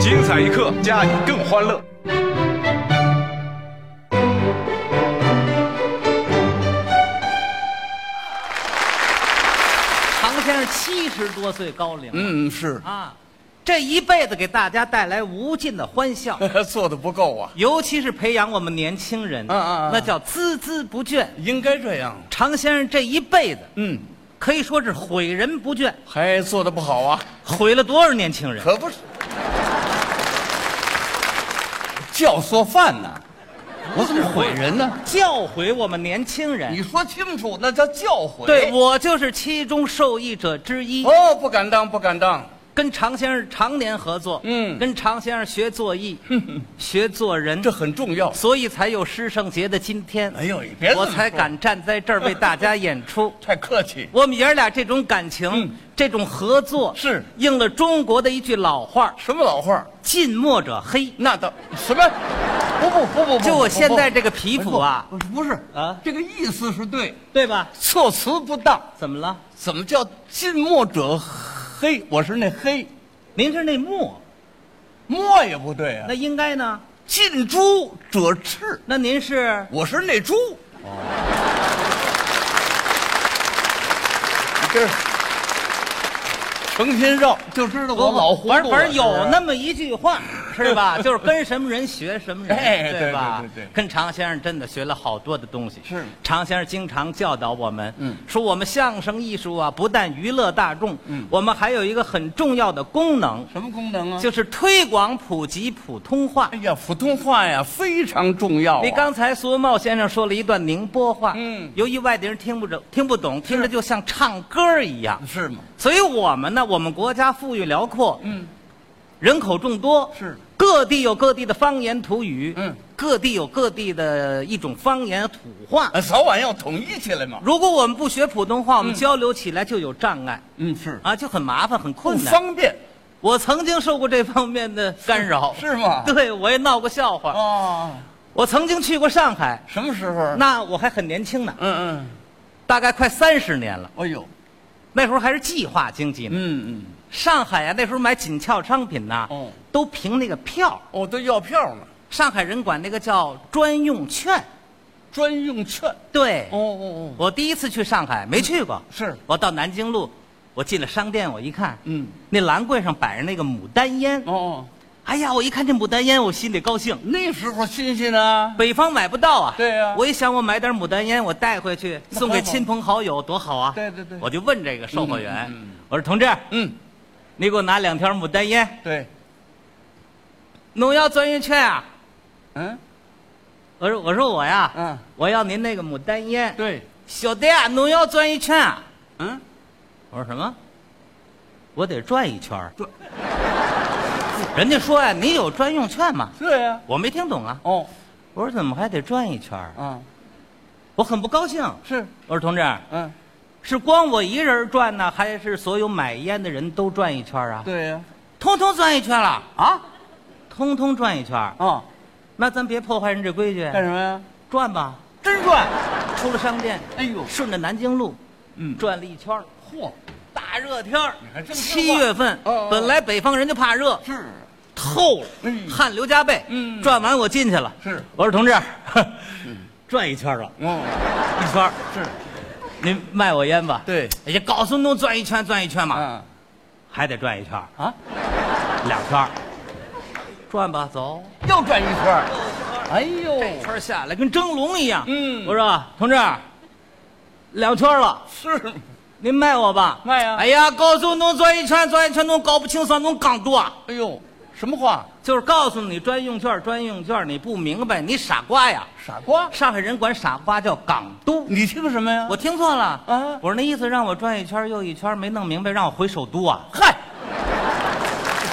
精彩一刻，家里更欢乐。唐先生七十多岁高龄了嗯，是 啊，这一辈子给大家带来无尽的欢笑，做的不够啊，尤其是培养我们年轻人，嗯嗯嗯那叫孜孜不倦。应该这样。常先生这一辈子嗯，可以说是毁人不倦，还做的不好啊，毁了多少年轻人？可不是。教唆犯呢、我怎么毁人呢？教诲我们年轻嗯你人。说清楚，那叫教诲。哎对，我就是其中受益者之一。哦，不敢当，不敢当。跟常先生常年合作，嗯跟常先生学做艺，学做人，这很重要。所以才有师圣节的今天。哎呦，你别这么我说才敢站在这儿为大家演 出。太客气。我们爷儿俩这种感情，嗯这种合作，是应了中国的一句老话什么老话？ “近墨者黑那倒什么？不不不不不！就我现在这个哦不皮肤啊，不不是啊这个意思是对，”，对吧？措辞不当。怎么了？怎么叫近墨者黑？我是那黑，您是那墨，墨也不对啊那。应该呢？近朱者赤，那您是我是那猪。哦你这是成天绕，就知道我老糊涂反了。正反正有那呢，么一句话，是吧？就是跟什么人学什么人，哎对吧？对对对跟常先生真的学了好多的东西。是常先生经常教导我们，嗯说我们相声艺术啊，不但娱乐大众，嗯我们还有一个很重要的功能，什么功能啊？就是推广普及普通话哎。呀，普通话呀非常重要、啊。你刚才苏文茂先生说了一段宁波话，嗯由于外地人听不着、听不懂，听着就像唱歌一样。是吗？所以我们呢，我们国家富裕辽阔，嗯，人口众多，是各地有各地的方言土语，嗯，各地有各地的一种方言土话。啊，早晚要统一起来嘛。如果我们不学普通话，我们交流起来就有障碍，嗯，是啊，就很麻烦，很不困难。方便我曾经受过这方面的干扰，是吗 对，我也闹过笑话。啊。我曾经去过上海，什么时候？那我还很年轻呢，嗯大概快三十年了。嗯，哎呦，那时候还是计划经济呢。嗯嗯，上海啊，那时候买锦俏商品呐、哦都凭那个票。哦，都要票呢，上海人管那个叫专用券。专用券。对，哦哦哦，我第一次去上海没去过，是我到南京路，我进了商店，我一看，嗯，那栏柜上摆着那个牡丹烟，哦哦，哎呀，我一看这牡丹烟，我心里高兴，那时候新鲜啊。北方买不到啊。对呀我一想我买点牡丹烟，我带回去那送给好好亲朋好友，多好啊。对对对我就问这个售货员，嗯嗯我说同志，嗯，你给我拿两条牡丹烟，对，农药专用券啊。嗯我说我说我呀，嗯，我要您那个牡丹烟，对，小弟啊，农药转一圈啊。嗯，我说什么？我得转一圈儿转。人家说呀、你有专用券吗？对呀、我没听懂啊。哦，我说怎么还得转一圈儿？啊嗯，我很不高兴。是，我说同志，嗯，是光我一人转呢，还是所有买烟的人都转一圈儿啊？对呀、通通转一圈了，啊，通通转一圈儿。啊，那咱别破坏人这规矩，干什么呀？转吧。真赚！出了商店，哎呦，顺着南京路，嗯转了一圈儿嚯，大热天儿你还真七月份听话哦哦，本来北方人就怕热，是，透了哎，汗流浃背。嗯转完我进去了，是嗯我说同志， 转一圈了，哦，一圈儿，是，您卖我烟吧？对，哎呀，告诉侬转一圈转一圈嘛，嗯还得转一圈儿，啊，两圈儿，转吧，走。又转一圈儿，哎呦，这圈儿下来跟蒸笼一样。嗯我说同志，两圈儿了。是吗，您卖我吧，卖啊呀哎呀，告诉侬转一圈，转一圈，侬搞不清爽，侬讲多啊。哎呦，什么话？就是告诉你专用券，专用券，你不明白，你傻瓜呀！傻瓜，上海人管傻瓜叫港都，你听什么呀？我听错了嗯啊我说那意思让我转一圈又一圈，没弄明白，让我回首都啊！嗨，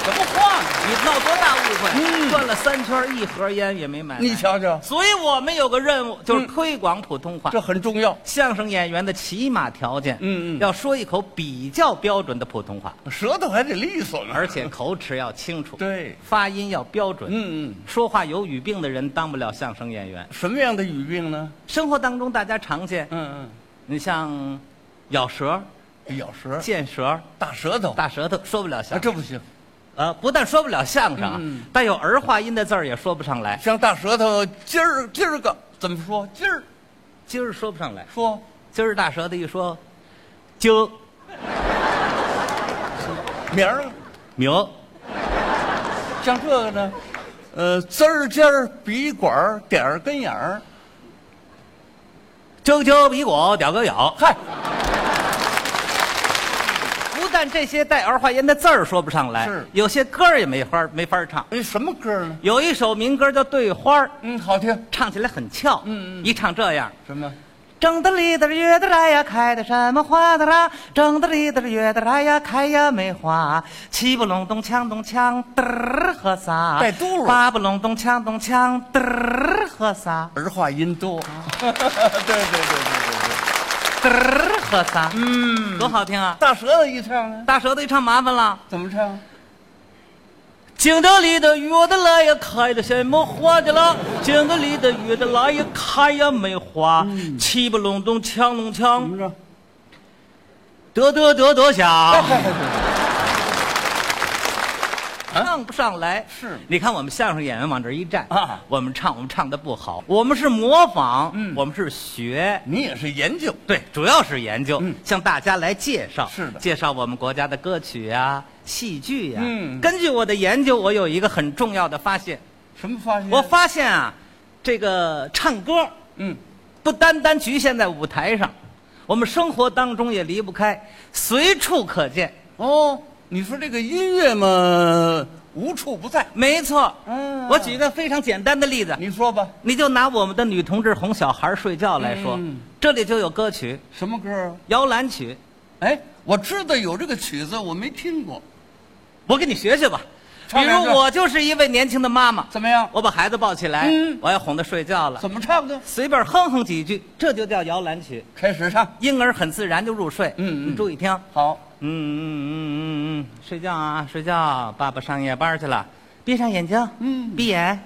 什么话呢？你闹多大误会？嗯转了三圈，一盒烟也没买。你，瞧瞧，所以我们有个任务，就是推广普通话。 这很重要。相声演员的起码条件，嗯嗯要说一口比较标准的普通话，舌头还得利索呢。而且口齿要清楚，嗯对，发音要标准。嗯嗯，说话有语病的人当不了相声演员。什么样的语病呢？生活当中大家常见，嗯你像咬舌、嗯，咬舌，见舌、大舌头，大舌头，说不了相啊，声。这不行。嗯呃，不但说不了相声啊，带有儿化音的字儿也说不上来，像大舌头，今儿今儿个怎么说？今儿今儿说不上来，说今儿大舌头一说，今儿明儿了，明儿像这个呢，呃，滋儿尖儿鼻管儿点儿根眼儿，啾啾比果屌个咬，嗨，不但这些带儿化音的字儿说不上来，是有些歌儿也没法没法唱。哎，什么歌呢？有一首民歌叫《对花儿》，嗯，好听。唱起来很翘，嗯嗯一唱这样。什么？正的里的月的来呀，开的什么花的啦？正的里的月的来呀，开呀梅花。七不隆咚锵咚锵，嘚儿和撒。带嘟噜八不隆咚锵咚锵，嘚儿和撒，儿化音多。 对对对对对对。嘚儿和撒。嗯，多好听啊！大舌头一唱呢，大舌头一唱麻烦了。怎么唱？井德里的月的来呀，开的什么花的啦？井德里的月的来呀，开呀梅花。七不隆咚锵咚怎锵，么着？得得得得哎响。啊唱不上来。是你看我们相声演员往这一站啊我们唱，我们唱的不好，我们是模仿，嗯我们是学。你也是研究，对，主要是研究，嗯向大家来介绍，是的介绍我们国家的歌曲呀、戏剧呀、嗯根据我的研究，我有一个很重要的发现，什么发现？我发现啊，这个唱歌嗯，不单单局限在舞台上，我们生活当中也离不开，随处可见。哦，你说这个音乐嘛，无处不在。没错，嗯我举一个非常简单的例子，你说吧，你就拿我们的女同志哄小孩睡觉来说，嗯这里就有歌曲什么歌啊？摇篮曲，哎，我知道有这个曲子，我没听过，我给你学学吧。比唱如两句我就是一位年轻的妈妈，怎么样？我把孩子抱起来，嗯我要哄他睡觉了，怎么唱的？随便哼哼几句，这就叫摇篮曲。开始唱。婴儿很自然就入睡，嗯嗯你注意听，好，嗯嗯嗯嗯嗯，睡觉啊睡觉啊，爸爸上夜班去了，闭上眼睛，嗯闭眼，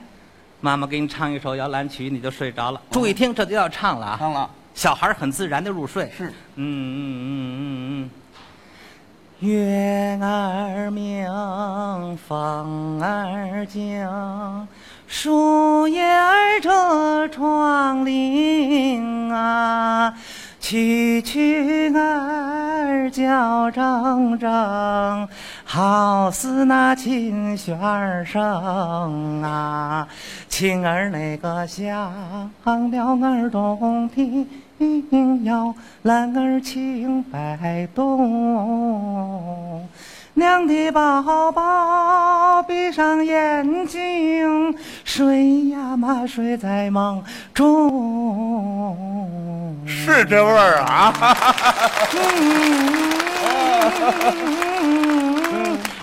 妈妈给你唱一首摇篮曲，你就睡着了。注意听，这就要唱了啊，唱了。小孩很自然的入睡，是，嗯嗯嗯嗯嗯，月儿明，风儿静，树叶儿遮窗棂啊，蛐蛐儿叫铮铮，好似那琴弦儿声啊，琴儿那个响了耳动听哟，兰儿轻摆动。娘的宝宝，闭上眼睛，睡呀嘛，睡在梦中。是这味儿啊！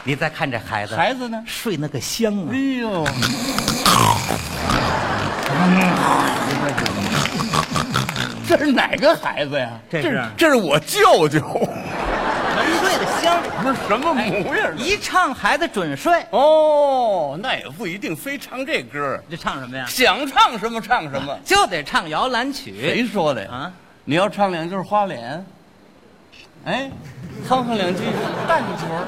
你再看这嗯孩 子，孩子呢？睡那个香啊哎！呦，这是哪个孩子呀？这是这是我舅舅，睡得香，不是什么模样的。一唱孩子准睡。哦，那也不一定非唱这歌，这唱什么呀？想唱什么唱什么。就得唱摇篮曲哎谁说的呀？啊！你要唱两句花脸，哎，哼哼两句旦角儿，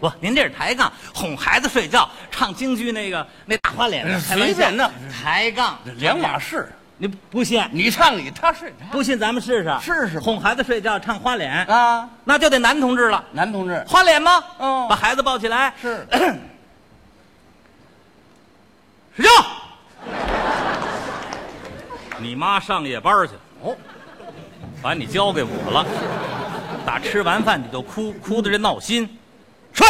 不，您这是抬杠，哄孩子睡觉，唱京剧那个那大花脸，随开玩笑便弄抬杠，两码事。嗯你不信？你唱你，他是他不信咱们试试，试试吧哄孩子睡觉唱花脸，啊，那就得男同志了，男同志花脸吗？嗯把孩子抱起来，是睡觉。你妈上夜班去，哦，把你交给我了。打吃完饭你就哭，哭的这闹心，睡。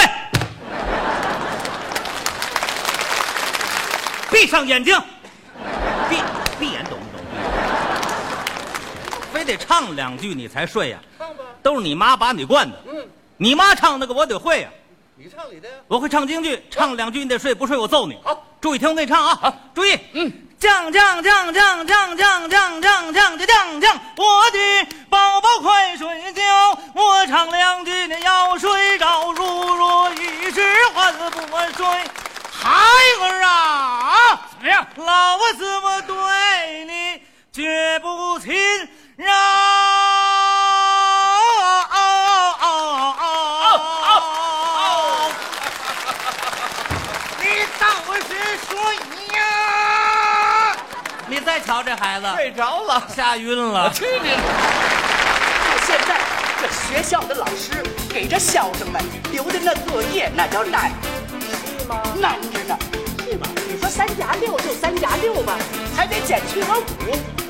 闭上眼睛，闭闭眼懂不懂？非得唱两句你才睡呀、唱吧，都是你妈把你惯的。嗯，你妈唱那个我得会呀、你唱你的呀。我会唱京剧，唱两句你得睡，不睡我揍你。好，注意听我给你唱啊！好，注意，嗯，降降降降降降降降降降降降，我的宝宝快睡觉，我唱两句你要睡着，如若一时还不睡，孩儿啊，怎么样？老子我对你绝不轻饶。哦哦哦哦哦哦不是说你呀？你再瞧这孩子，睡着了。吓晕了。去你的！现在这学校的老师给这学生们留的那作业，那叫难，是吗？难着呢，是吗？你说三加六就三加六吧，还得减去个五，